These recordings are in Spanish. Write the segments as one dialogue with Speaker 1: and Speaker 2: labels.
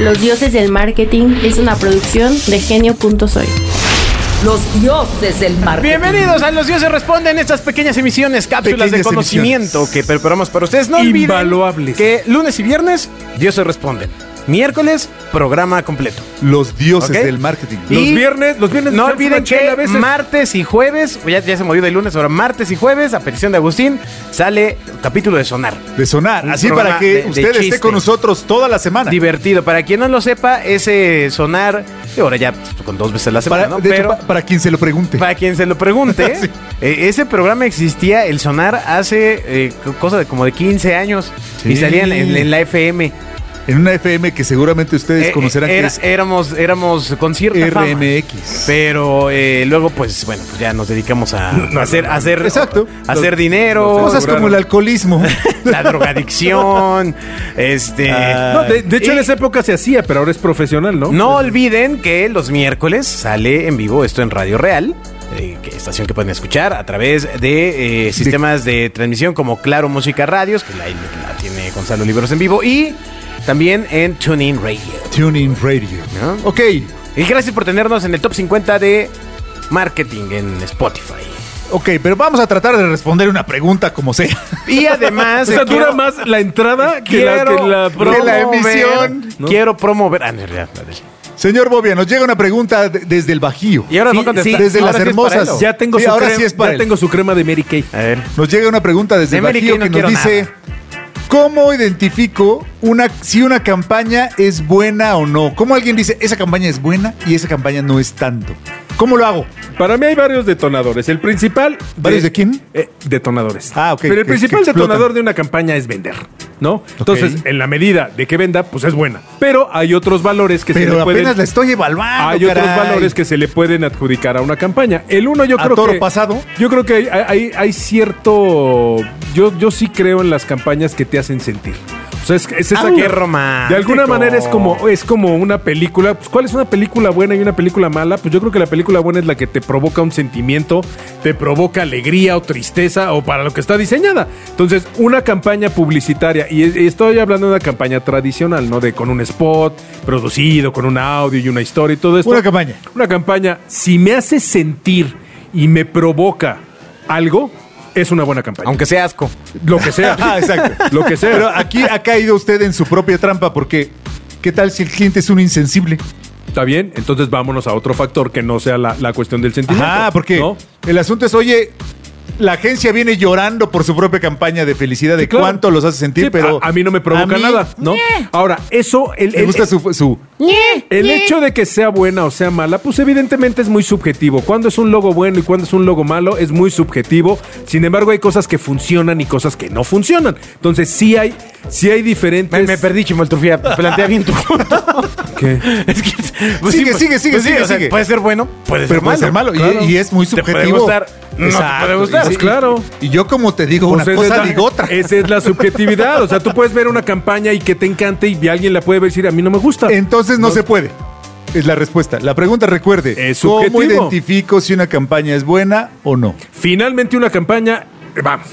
Speaker 1: Los dioses del marketing es una producción de genio.soy.
Speaker 2: Los dioses del marketing.
Speaker 3: Bienvenidos a Los Dioses Responden, estas pequeñas emisiones, cápsulas
Speaker 4: Pequeñas
Speaker 3: de conocimiento
Speaker 4: emisiones.
Speaker 3: que preparamos para ustedes. No olviden
Speaker 4: Invaluables.
Speaker 3: que lunes y viernes, Dioses Responden. Miércoles, programa completo.
Speaker 4: Los
Speaker 3: ¿ok?
Speaker 4: dioses del marketing.
Speaker 3: Y
Speaker 4: Los vier-
Speaker 5: viernes- los viernes
Speaker 3: No
Speaker 5: echamos
Speaker 3: olviden
Speaker 5: una
Speaker 3: que
Speaker 5: chela a veces.
Speaker 3: martes y jueves, ya, ya se movió del lunes, ahora martes y jueves, a petición de Agustín, sale capítulo de Sonar.
Speaker 4: de sonar.
Speaker 3: Un
Speaker 4: Así
Speaker 3: programa
Speaker 4: para
Speaker 3: de-
Speaker 4: que
Speaker 3: de
Speaker 4: usted
Speaker 3: chiste.
Speaker 4: esté con nosotros toda la semana.
Speaker 3: Divertido. Para quien no lo sepa, ese Sonar, y ahora ya pues, con dos veces a la semana,
Speaker 4: Para,
Speaker 3: ¿no?
Speaker 4: de hecho,
Speaker 3: Pero-
Speaker 4: pa- para quien se lo pregunte.
Speaker 3: Para quien se lo pregunte,
Speaker 4: Sí.
Speaker 3: eh, ese programa existía, el sonar, hace eh, co- cosa de como de 15 años y
Speaker 4: Sí.
Speaker 3: salían en, en la FM.
Speaker 4: En una FM que seguramente ustedes
Speaker 3: Eh,
Speaker 4: conocerán
Speaker 3: era-
Speaker 4: que
Speaker 3: éramos, éramos con cierta
Speaker 4: es
Speaker 3: fama.
Speaker 4: RMX.
Speaker 3: Pero eh, luego, pues bueno, pues ya nos dedicamos a a hacer, a hacer,
Speaker 4: Exacto.
Speaker 3: a hacer
Speaker 4: Los-
Speaker 3: dinero,
Speaker 4: Cosas como el alcoholismo.
Speaker 3: la drogadicción, este.
Speaker 4: Ah.
Speaker 5: No, Ah, de, de hecho,
Speaker 3: y-
Speaker 5: en esa época se hacía, pero ahora es profesional, ¿no?
Speaker 3: Eh. No olviden que los miércoles sale en vivo esto en Radio Real, eh, que- estación que pueden escuchar a través de eh, sistemas de... transmisión como Claro Música Radios, que la, la tiene Gonzalo Libros en vivo, y también en TuneIn Radio.
Speaker 4: Tuning Radio.
Speaker 3: ¿No?
Speaker 4: Ok.
Speaker 3: Y gracias por tenernos en el top 50 de marketing en Spotify.
Speaker 4: Ok, pero vamos a tratar de responder una pregunta como sea.
Speaker 3: Y además...
Speaker 5: O sea,
Speaker 3: eh,
Speaker 5: dura
Speaker 3: quiero-
Speaker 5: más la entrada que la, que
Speaker 3: quiero
Speaker 5: la
Speaker 4: que la
Speaker 3: promover-
Speaker 4: emisión,
Speaker 5: ¿no?
Speaker 3: Quiero promover... Ah, no, ya, adelante.
Speaker 4: Señor Bobia, nos llega una pregunta de- desde el Bajío.
Speaker 3: Y ahora
Speaker 5: Sí,
Speaker 3: va a contestar.
Speaker 5: sí,
Speaker 4: desde
Speaker 3: Ahora
Speaker 4: las
Speaker 3: sí es para
Speaker 4: hermosas.
Speaker 3: él, ¿o?
Speaker 5: Ya tengo,
Speaker 4: Sí,
Speaker 5: su
Speaker 4: ahora
Speaker 5: crema,
Speaker 4: sí es para
Speaker 5: ya
Speaker 4: él.
Speaker 5: tengo su crema de Mary Kay.
Speaker 3: A ver.
Speaker 4: Nos llega una pregunta desde
Speaker 3: De
Speaker 4: el
Speaker 3: Mary
Speaker 4: Bajío
Speaker 3: Kay no
Speaker 4: que nos
Speaker 3: quiero
Speaker 4: dice: ¿Cómo identifico una, si una campaña es buena o no? ¿Cómo alguien dice esa campaña es buena y esa campaña no es tanto? ¿Cómo lo hago?
Speaker 5: Para mí hay varios detonadores. El principal.
Speaker 4: ¿Varios de quién?
Speaker 5: Eh, detonadores.
Speaker 4: Ah, ok,
Speaker 5: Pero el
Speaker 4: que-
Speaker 5: principal
Speaker 4: que explotan.
Speaker 5: detonador de una campaña es vender, ¿no? Entonces, en la medida de que venda, pues es buena. Pero hay otros valores que se
Speaker 4: Pero
Speaker 5: le pueden.
Speaker 4: apenas la estoy evaluando.
Speaker 5: Hay otros
Speaker 4: caray.
Speaker 5: valores que se le pueden adjudicar a una campaña. El uno yo
Speaker 4: ¿A
Speaker 5: creo
Speaker 4: toro
Speaker 5: que
Speaker 4: pasado?
Speaker 5: Yo creo que hay, hay- hay cierto yo yo sí creo en las campañas que te hacen sentir. O sea, es, es esa
Speaker 3: Ah,
Speaker 5: que
Speaker 3: qué romántico.
Speaker 5: de alguna manera es como es como una película. Pues, ¿Cuál es una película buena y una película mala? Pues yo creo que la película buena es la que te provoca un sentimiento, te provoca alegría o tristeza o para lo que está diseñada. Entonces, una campaña publicitaria y y estoy hablando de una campaña tradicional, no de con un spot producido, con un audio y una historia y todo esto.
Speaker 4: Una campaña.
Speaker 5: Una campaña, si me hace sentir y me provoca algo, es una buena campaña.
Speaker 3: Aunque sea asco.
Speaker 5: lo que sea.
Speaker 4: Ah, exacto.
Speaker 5: Lo que sea.
Speaker 4: Pero aquí ha caído usted en su propia trampa porque ¿qué tal si el cliente es un insensible?
Speaker 5: Está bien, entonces vámonos a otro factor que no sea la, la cuestión del sentimiento.
Speaker 4: Ajá, porque
Speaker 5: ¿no?
Speaker 4: el asunto es, oye, la agencia viene llorando por su propia campaña de felicidad, de
Speaker 5: Sí, claro.
Speaker 4: cuánto los hace sentir,
Speaker 5: Sí,
Speaker 4: pero...
Speaker 5: a, a mí no me provoca
Speaker 4: a mí
Speaker 5: nada, ¿no? Ahora, eso el,
Speaker 4: Me
Speaker 5: el-
Speaker 4: gusta su... su-
Speaker 5: El hecho de que sea buena o sea mala, pues evidentemente es muy subjetivo. Cuando es un logo bueno y cuando es un logo malo es muy subjetivo. Sin embargo, hay cosas que funcionan y cosas que no funcionan. Entonces, sí hay, sí hay diferentes.
Speaker 3: Me, me perdí, Chimoltrufía. Plantea bien tu punto.
Speaker 5: ¿Qué?
Speaker 3: Es que,
Speaker 4: Sigue,
Speaker 3: pues-
Speaker 4: sigue, sigue,
Speaker 3: pues sí,
Speaker 4: sigue,
Speaker 3: o sea,
Speaker 4: sigue.
Speaker 3: puede ser bueno, puede
Speaker 4: Pero
Speaker 3: ser
Speaker 4: puede
Speaker 3: malo.
Speaker 4: ser malo y-
Speaker 5: claro.
Speaker 4: y, es muy
Speaker 3: Te puede
Speaker 4: subjetivo.
Speaker 3: gustar, no te puede gustar.
Speaker 4: y-
Speaker 3: Pues
Speaker 5: claro.
Speaker 4: Y yo como te digo
Speaker 5: Pues
Speaker 4: una
Speaker 5: esa es
Speaker 4: cosa,
Speaker 5: la-
Speaker 4: digo otra.
Speaker 5: Esa es la subjetividad. O sea, tú puedes ver una campaña y que te encante y alguien la puede ver y decir, a mí no me gusta.
Speaker 4: Entonces no, se puede. Es la respuesta. La pregunta, recuerde,
Speaker 5: Es
Speaker 4: ¿cómo
Speaker 5: subjetivo.
Speaker 4: identifico si una campaña es buena o no?
Speaker 5: Finalmente una campaña, eh, vamos.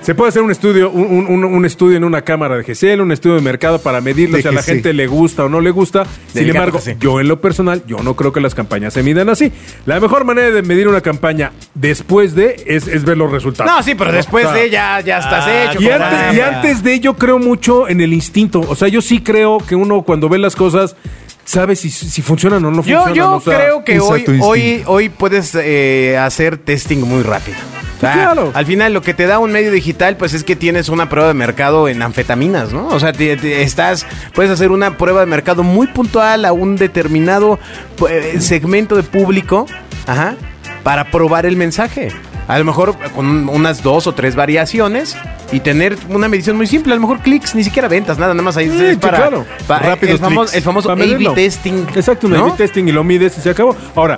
Speaker 5: Se puede hacer un estudio, un, un- un- un estudio en una cámara de GCL, un estudio de mercado para medirlo
Speaker 4: De
Speaker 5: si a la
Speaker 4: GC.
Speaker 5: gente le gusta o no le gusta. Sin
Speaker 3: Delicado
Speaker 5: embargo,
Speaker 3: GC.
Speaker 5: yo en lo personal, yo no creo que las campañas se midan así. La mejor manera de medir una campaña después de es, es ver los resultados.
Speaker 3: No, sí, pero después
Speaker 5: O sea,
Speaker 3: de ya, ya estás hecho.
Speaker 5: y
Speaker 3: caramba.
Speaker 5: antes, y antes de ello creo mucho en el instinto. O sea, yo sí creo que uno cuando ve las cosas sabe si, si funcionan o no
Speaker 3: Yo,
Speaker 5: funcionan.
Speaker 3: yo
Speaker 5: o sea,
Speaker 3: creo que
Speaker 4: usa
Speaker 3: hoy,
Speaker 4: tu instinto.
Speaker 3: hoy, hoy puedes eh, hacer testing muy rápido. O sea,
Speaker 5: Sí, claro.
Speaker 3: Al final lo que te da un medio digital pues es que tienes una prueba de mercado en anfetaminas, ¿no? O sea, te- te- estás puedes hacer una prueba de mercado muy puntual a un determinado pues, segmento de público, ajá, para probar el mensaje. A lo mejor con unas dos o tres variaciones y tener una medición muy simple, a lo mejor clics, ni siquiera ventas, nada, nada más ahí
Speaker 5: Sí,
Speaker 3: es
Speaker 5: sí, claro.
Speaker 3: pa- el
Speaker 4: Rápidos
Speaker 3: famoso,
Speaker 4: clics.
Speaker 3: el famoso
Speaker 5: Para medirlo.
Speaker 3: A/B testing.
Speaker 5: Exacto, un
Speaker 3: ¿no?
Speaker 5: A/B testing y lo mides y se acabó. Ahora,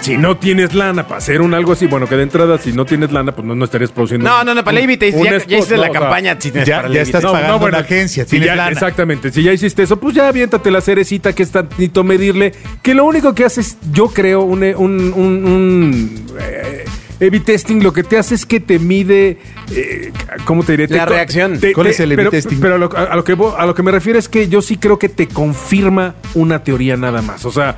Speaker 5: si no tienes lana para hacer un algo así, bueno, que de entrada, si no tienes lana, pues no, no estarías produciendo.
Speaker 3: No, no, no, para Levy Taste,
Speaker 5: un
Speaker 3: ya,
Speaker 5: spot,
Speaker 3: ya hiciste
Speaker 5: ¿no?
Speaker 3: la
Speaker 5: O sea,
Speaker 3: campaña. si tienes
Speaker 4: ya-
Speaker 3: para
Speaker 4: ya
Speaker 3: Levy
Speaker 4: estás
Speaker 3: Taste.
Speaker 4: pagando una agencia,
Speaker 5: si
Speaker 4: tienes
Speaker 5: ya-
Speaker 4: lana.
Speaker 5: Exactamente, si ya hiciste eso, pues ya aviéntate la cerecita que es tantito medirle, que lo único que haces, yo creo, un, un, un- un, eh, EBI testing lo que te hace es que te mide, eh, ¿cómo te diré?
Speaker 3: La
Speaker 5: Te-
Speaker 3: reacción.
Speaker 5: te-
Speaker 4: ¿Cuál
Speaker 5: te-
Speaker 4: es el A/B
Speaker 5: pero,
Speaker 4: testing?
Speaker 5: Pero a lo, a lo que, vo- a lo que me refiero es que yo sí creo que te confirma una teoría nada más. O sea,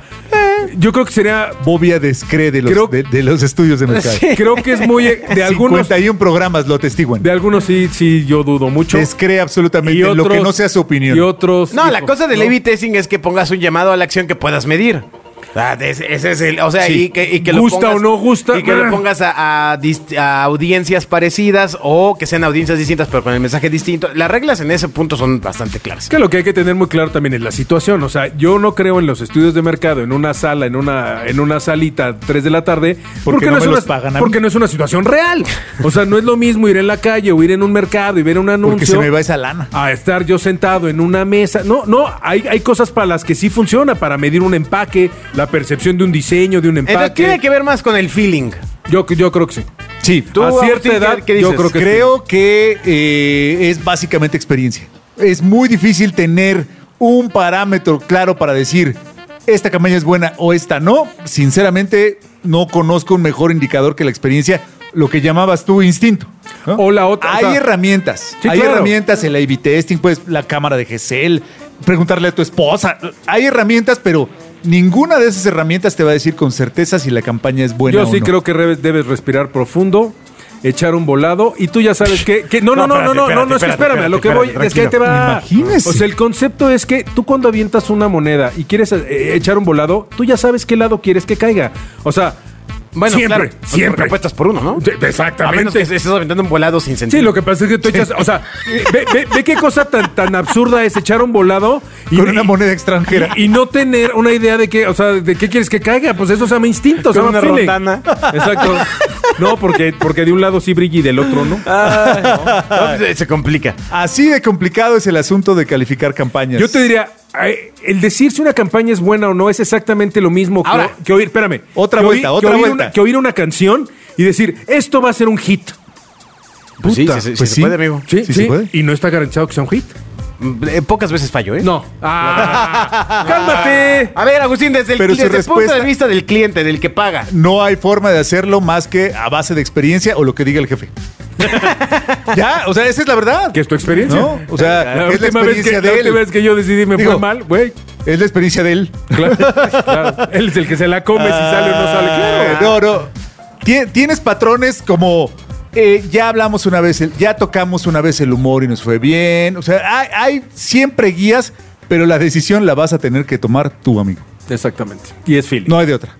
Speaker 5: yo creo que sería...
Speaker 4: Bobia descree de los,
Speaker 5: Creo-
Speaker 4: de, de los estudios de mercado.
Speaker 5: Creo que es muy... eh, De algunos,
Speaker 4: 51 programas lo atestiguan.
Speaker 5: de algunos sí, sí, yo dudo mucho.
Speaker 4: Descree absolutamente
Speaker 5: Y
Speaker 4: lo que
Speaker 5: otros-
Speaker 4: no sea su opinión.
Speaker 5: Y otros...
Speaker 3: No, la
Speaker 5: hijo,
Speaker 3: cosa del
Speaker 5: ¿no?
Speaker 3: A/B testing es que pongas un llamado a la acción que puedas medir. Ah, Ese, ese es el, o sea,
Speaker 5: Sí.
Speaker 3: y que, y que lo
Speaker 5: Gusta
Speaker 3: pongas,
Speaker 5: o no gusta,
Speaker 3: y que lo
Speaker 5: ah.
Speaker 3: pongas a, a dist- a audiencias parecidas o que sean audiencias distintas pero con el mensaje distinto. Las reglas en ese punto son bastante claras.
Speaker 5: Es que lo que hay que tener muy claro también es la situación. O sea, yo no creo en los estudios de mercado, en una sala, en una, en una salita a 3 de la tarde,
Speaker 4: Porque no
Speaker 5: es
Speaker 4: me
Speaker 5: una,
Speaker 4: los pagan a
Speaker 5: porque
Speaker 4: mí.
Speaker 5: no es una situación real. O sea, no es lo mismo ir en la calle o ir en un mercado y ver un anuncio.
Speaker 4: porque se me va esa lana.
Speaker 5: A estar yo sentado en una mesa. No, no, hay, hay cosas para las que sí funciona, para medir un empaque, la percepción de un diseño, de un empaque.
Speaker 3: Entonces tiene que ver más con el feeling.
Speaker 5: yo, yo creo que sí.
Speaker 4: Sí,
Speaker 3: Tú,
Speaker 5: a cierta
Speaker 3: Agustín, ¿qué-
Speaker 5: edad,
Speaker 3: qué
Speaker 5: yo
Speaker 3: dices?
Speaker 5: creo que sí.
Speaker 4: Creo que eh, es básicamente experiencia. Es muy difícil tener un parámetro claro para decir esta campaña es buena o esta no. Sinceramente, no conozco un mejor indicador que la experiencia, lo que llamabas tú instinto. ¿no?
Speaker 5: O la otra, o
Speaker 4: Hay
Speaker 5: sea-
Speaker 4: herramientas.
Speaker 5: Sí,
Speaker 4: hay
Speaker 5: claro.
Speaker 4: herramientas, el A-B testing, pues la cámara de GESEL, preguntarle a tu esposa. Hay herramientas, pero ninguna de esas herramientas te va a decir con certeza si la campaña es buena
Speaker 5: Yo
Speaker 4: o
Speaker 5: sí
Speaker 4: no.
Speaker 5: creo que re- debes respirar profundo, echar un volado y tú ya sabes que, que- no, no, no, no, no, no, no, es que espérame, a lo que voy es que ahí te va.
Speaker 4: Imagínese.
Speaker 5: O sea, el concepto es que tú cuando avientas una moneda y quieres eh, echar un volado, tú ya sabes qué lado quieres que caiga. O sea, pues,
Speaker 3: Bueno,
Speaker 5: siempre,
Speaker 3: claro, porque
Speaker 5: siempre.
Speaker 3: apuestas por uno, ¿no?
Speaker 5: Sí,
Speaker 3: A menos
Speaker 5: Exactamente.
Speaker 3: que estés aventando un volado sin sentido.
Speaker 5: Sí, lo que pasa es que tú echas, o sea, eh, ve, ve- ve qué cosa tan, tan absurda es echar un volado y,
Speaker 4: Con una moneda extranjera.
Speaker 5: y, y no tener una idea de qué, o sea, de qué quieres que caiga, pues eso se llama instinto, se
Speaker 3: Con una
Speaker 5: llama feeling.
Speaker 3: rondana.
Speaker 5: Exacto. No, porque, porque de un lado sí brilla y del otro no.
Speaker 4: Ah.
Speaker 3: No, se- se complica.
Speaker 4: Así de complicado es el asunto de calificar campañas.
Speaker 5: Yo te diría, ay, el decir si una campaña es buena o no es exactamente lo mismo que,
Speaker 3: Ahora,
Speaker 5: que oír, espérame.
Speaker 4: otra
Speaker 5: que
Speaker 4: vuelta,
Speaker 5: oír-
Speaker 4: otra
Speaker 5: que oír
Speaker 4: vuelta.
Speaker 5: una- que oír una canción y decir, esto va a ser un hit.
Speaker 3: Pues sí,
Speaker 5: Puta,
Speaker 3: sí, sí,
Speaker 4: pues
Speaker 3: se
Speaker 4: sí.
Speaker 3: puede, amigo.
Speaker 5: Sí,
Speaker 4: Sí,
Speaker 5: sí.
Speaker 4: se puede.
Speaker 5: Y no está garantizado que sea un hit.
Speaker 3: Mm, eh, Pocas veces fallo, ¿eh?
Speaker 5: No. Ah, cálmate.
Speaker 3: A ver, Agustín, desde el,
Speaker 4: Pero
Speaker 3: cli-
Speaker 4: su
Speaker 3: desde el punto de
Speaker 4: respuesta-
Speaker 3: vista del cliente, del que paga.
Speaker 4: No hay forma de hacerlo más que a base de experiencia o lo que diga el jefe. ya, o sea, esa es la verdad.
Speaker 5: Que es tu experiencia.
Speaker 4: No, o sea,
Speaker 5: la
Speaker 4: es la
Speaker 5: última, vez que,
Speaker 4: experiencia de
Speaker 5: la
Speaker 4: él.
Speaker 5: última vez que yo decidí me
Speaker 4: Digo,
Speaker 5: fue mal, güey.
Speaker 4: Es la experiencia de él.
Speaker 5: Claro, claro. Él es el que se la come Pues si sale o no sale.
Speaker 4: Ah,
Speaker 5: Claro.
Speaker 4: No, no. Tie- Tienes patrones como eh, ya hablamos una vez, el- ya tocamos una vez el humor y nos fue bien. O sea, hay, hay siempre guías, pero la decisión la vas a tener que tomar tú, amigo.
Speaker 5: Exactamente. Y es feeling.
Speaker 4: No hay de otra.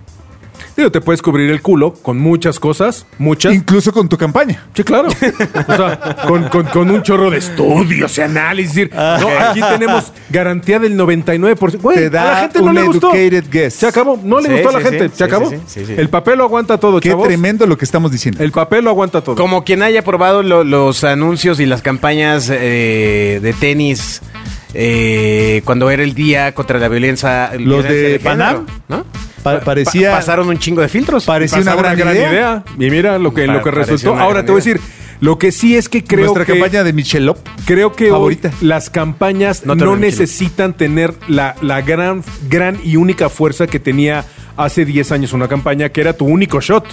Speaker 5: Digo, te puedes cubrir el culo con muchas cosas, muchas.
Speaker 4: Incluso con tu campaña.
Speaker 5: Sí, claro. O sea, con, con- con un chorro de estudios y análisis. decir, No, aquí tenemos garantía del 99%. Güey,
Speaker 4: Ah. Te da
Speaker 5: a la gente no
Speaker 4: un
Speaker 5: le gustó.
Speaker 4: educated guess.
Speaker 5: Se acabó. No le
Speaker 3: Sí,
Speaker 5: gustó a
Speaker 3: sí,
Speaker 5: la
Speaker 3: sí,
Speaker 5: gente.
Speaker 3: sí,
Speaker 5: Se acabó.
Speaker 3: sí, sí, sí.
Speaker 5: El papel lo aguanta todo,
Speaker 4: Qué
Speaker 5: chavos.
Speaker 4: tremendo lo que estamos diciendo.
Speaker 5: El papel lo aguanta todo.
Speaker 3: Como quien haya probado lo- los anuncios y las campañas eh, de tenis eh, cuando era el día contra la violencia.
Speaker 4: Los
Speaker 3: violencia
Speaker 4: de
Speaker 3: género,
Speaker 4: Panam,
Speaker 3: ¿no?
Speaker 4: Pa- parecía
Speaker 3: Pa- pasaron un chingo de filtros.
Speaker 4: parecía
Speaker 5: Pasaba
Speaker 4: una gran, idea.
Speaker 5: Y mira lo que,
Speaker 3: Pa-
Speaker 5: lo que
Speaker 3: pareció
Speaker 5: resultó.
Speaker 3: una
Speaker 5: Ahora
Speaker 3: gran
Speaker 5: te voy a
Speaker 3: idea.
Speaker 5: decir, lo que sí es que creo
Speaker 4: Nuestra
Speaker 5: que...
Speaker 4: campaña de Michelop.
Speaker 5: Creo que
Speaker 4: Favorita.
Speaker 5: hoy las campañas
Speaker 3: No
Speaker 5: no,
Speaker 3: te lo imagino.
Speaker 5: necesitan tener la, la gran, gran y única fuerza que tenía hace 10 años una campaña que era tu único shot.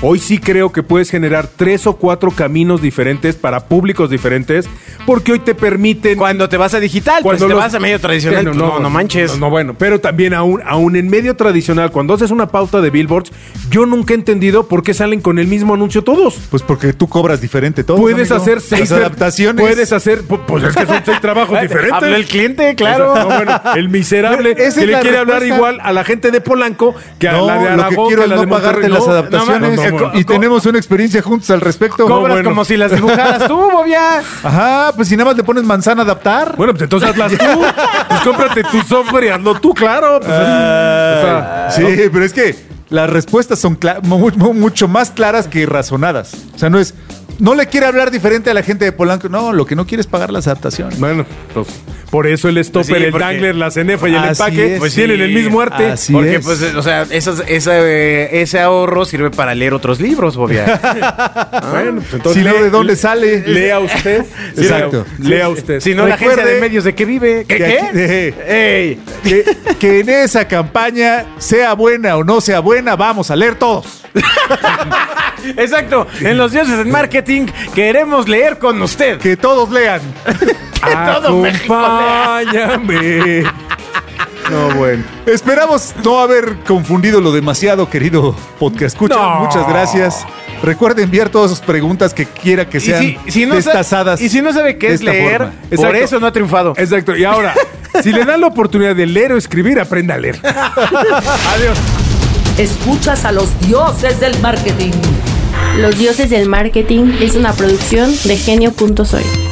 Speaker 5: Hoy sí creo que puedes generar tres o cuatro caminos diferentes para públicos diferentes porque hoy te permiten...
Speaker 3: Cuando te vas a digital, pues,
Speaker 5: Cuando
Speaker 3: te
Speaker 5: los-
Speaker 3: vas a medio tradicional,
Speaker 5: Sí,
Speaker 3: pues, no, no, manches.
Speaker 5: No, no, bueno, pero también aún, aún en medio tradicional, cuando haces una pauta de billboards, yo nunca he entendido por qué salen con el mismo anuncio todos.
Speaker 4: Pues porque tú cobras diferente todo.
Speaker 5: Puedes
Speaker 4: amigo.
Speaker 5: hacer seis
Speaker 4: Las
Speaker 5: ver-
Speaker 4: adaptaciones.
Speaker 5: Puedes hacer, pu- pues es que son seis trabajos diferentes.
Speaker 3: Habló el cliente, claro.
Speaker 5: Esa- no, bueno, el miserable
Speaker 4: Esa
Speaker 5: que
Speaker 4: es
Speaker 5: le
Speaker 4: la
Speaker 5: quiere hablar
Speaker 4: respuesta.
Speaker 5: igual a la gente de Polanco que a
Speaker 4: No,
Speaker 5: la de
Speaker 4: lo que
Speaker 5: Aragón
Speaker 4: quiero
Speaker 5: que a
Speaker 4: es
Speaker 5: la
Speaker 4: no
Speaker 5: de
Speaker 4: pagarte
Speaker 5: Monterrey.
Speaker 4: las
Speaker 5: No,
Speaker 4: adaptaciones.
Speaker 5: no mames.
Speaker 4: y tenemos una experiencia juntos al respecto.
Speaker 3: Cobras
Speaker 5: bueno.
Speaker 3: como si las dibujaras tú, Bobia.
Speaker 4: Ajá, pues si nada más le pones manzana a adaptar.
Speaker 5: Bueno, pues entonces hazlas tú. Pues cómprate tu software y hazlo tú, claro. pues, es- o sea,
Speaker 4: Ah, sí, pero es que las respuestas son cla- mu- mu- mucho más claras que razonadas. O sea, no es. No le quiere hablar diferente a la gente de Polanco. No, lo que no quiere es pagar las adaptaciones.
Speaker 5: Bueno, pues, Por eso el stopper,
Speaker 3: Sí,
Speaker 5: el
Speaker 3: porque-
Speaker 5: dangler, la cenefa y el
Speaker 4: Así
Speaker 5: empaque
Speaker 4: es. Pues
Speaker 5: tienen
Speaker 3: sí,
Speaker 5: el mismo arte.
Speaker 4: así
Speaker 3: Porque,
Speaker 4: es.
Speaker 3: pues, eh, o sea, esas- esa, eh, ese ahorro sirve para leer otros libros, obvia.
Speaker 5: Bueno, pues
Speaker 4: Si no, ¿de dónde
Speaker 5: le-
Speaker 4: sale?
Speaker 5: Lea usted.
Speaker 4: Exacto.
Speaker 5: Lea, lea usted.
Speaker 3: Si no, la
Speaker 4: Recuerde-
Speaker 3: agencia de medios, ¿de qué vive? ¿Qué?
Speaker 4: que
Speaker 3: qué?
Speaker 4: aquí-
Speaker 3: ¡Ey!
Speaker 4: Que, que en esa campaña, sea buena o no sea buena, vamos a leer todos.
Speaker 3: Exacto, en los dioses del marketing queremos leer con usted.
Speaker 4: Que todos lean.
Speaker 3: todo México lea.
Speaker 5: Acompáñame.
Speaker 4: No, bueno. Esperamos no haber confundido lo demasiado, querido podcast. Escucha,
Speaker 5: No.
Speaker 4: muchas gracias. Recuerda enviar todas sus preguntas que quiera que
Speaker 3: Y
Speaker 4: sean
Speaker 3: si, si no sa-
Speaker 4: destazadas.
Speaker 3: y si no sabe qué
Speaker 4: de
Speaker 3: es
Speaker 4: esta
Speaker 3: leer,
Speaker 4: forma.
Speaker 3: por
Speaker 5: Exacto.
Speaker 3: eso no ha triunfado.
Speaker 5: Exacto. Y ahora, si le dan la oportunidad de leer o escribir, aprenda a leer.
Speaker 3: Adiós.
Speaker 2: Escuchas a los dioses del marketing.
Speaker 1: Los dioses del marketing es una producción de genio.soy.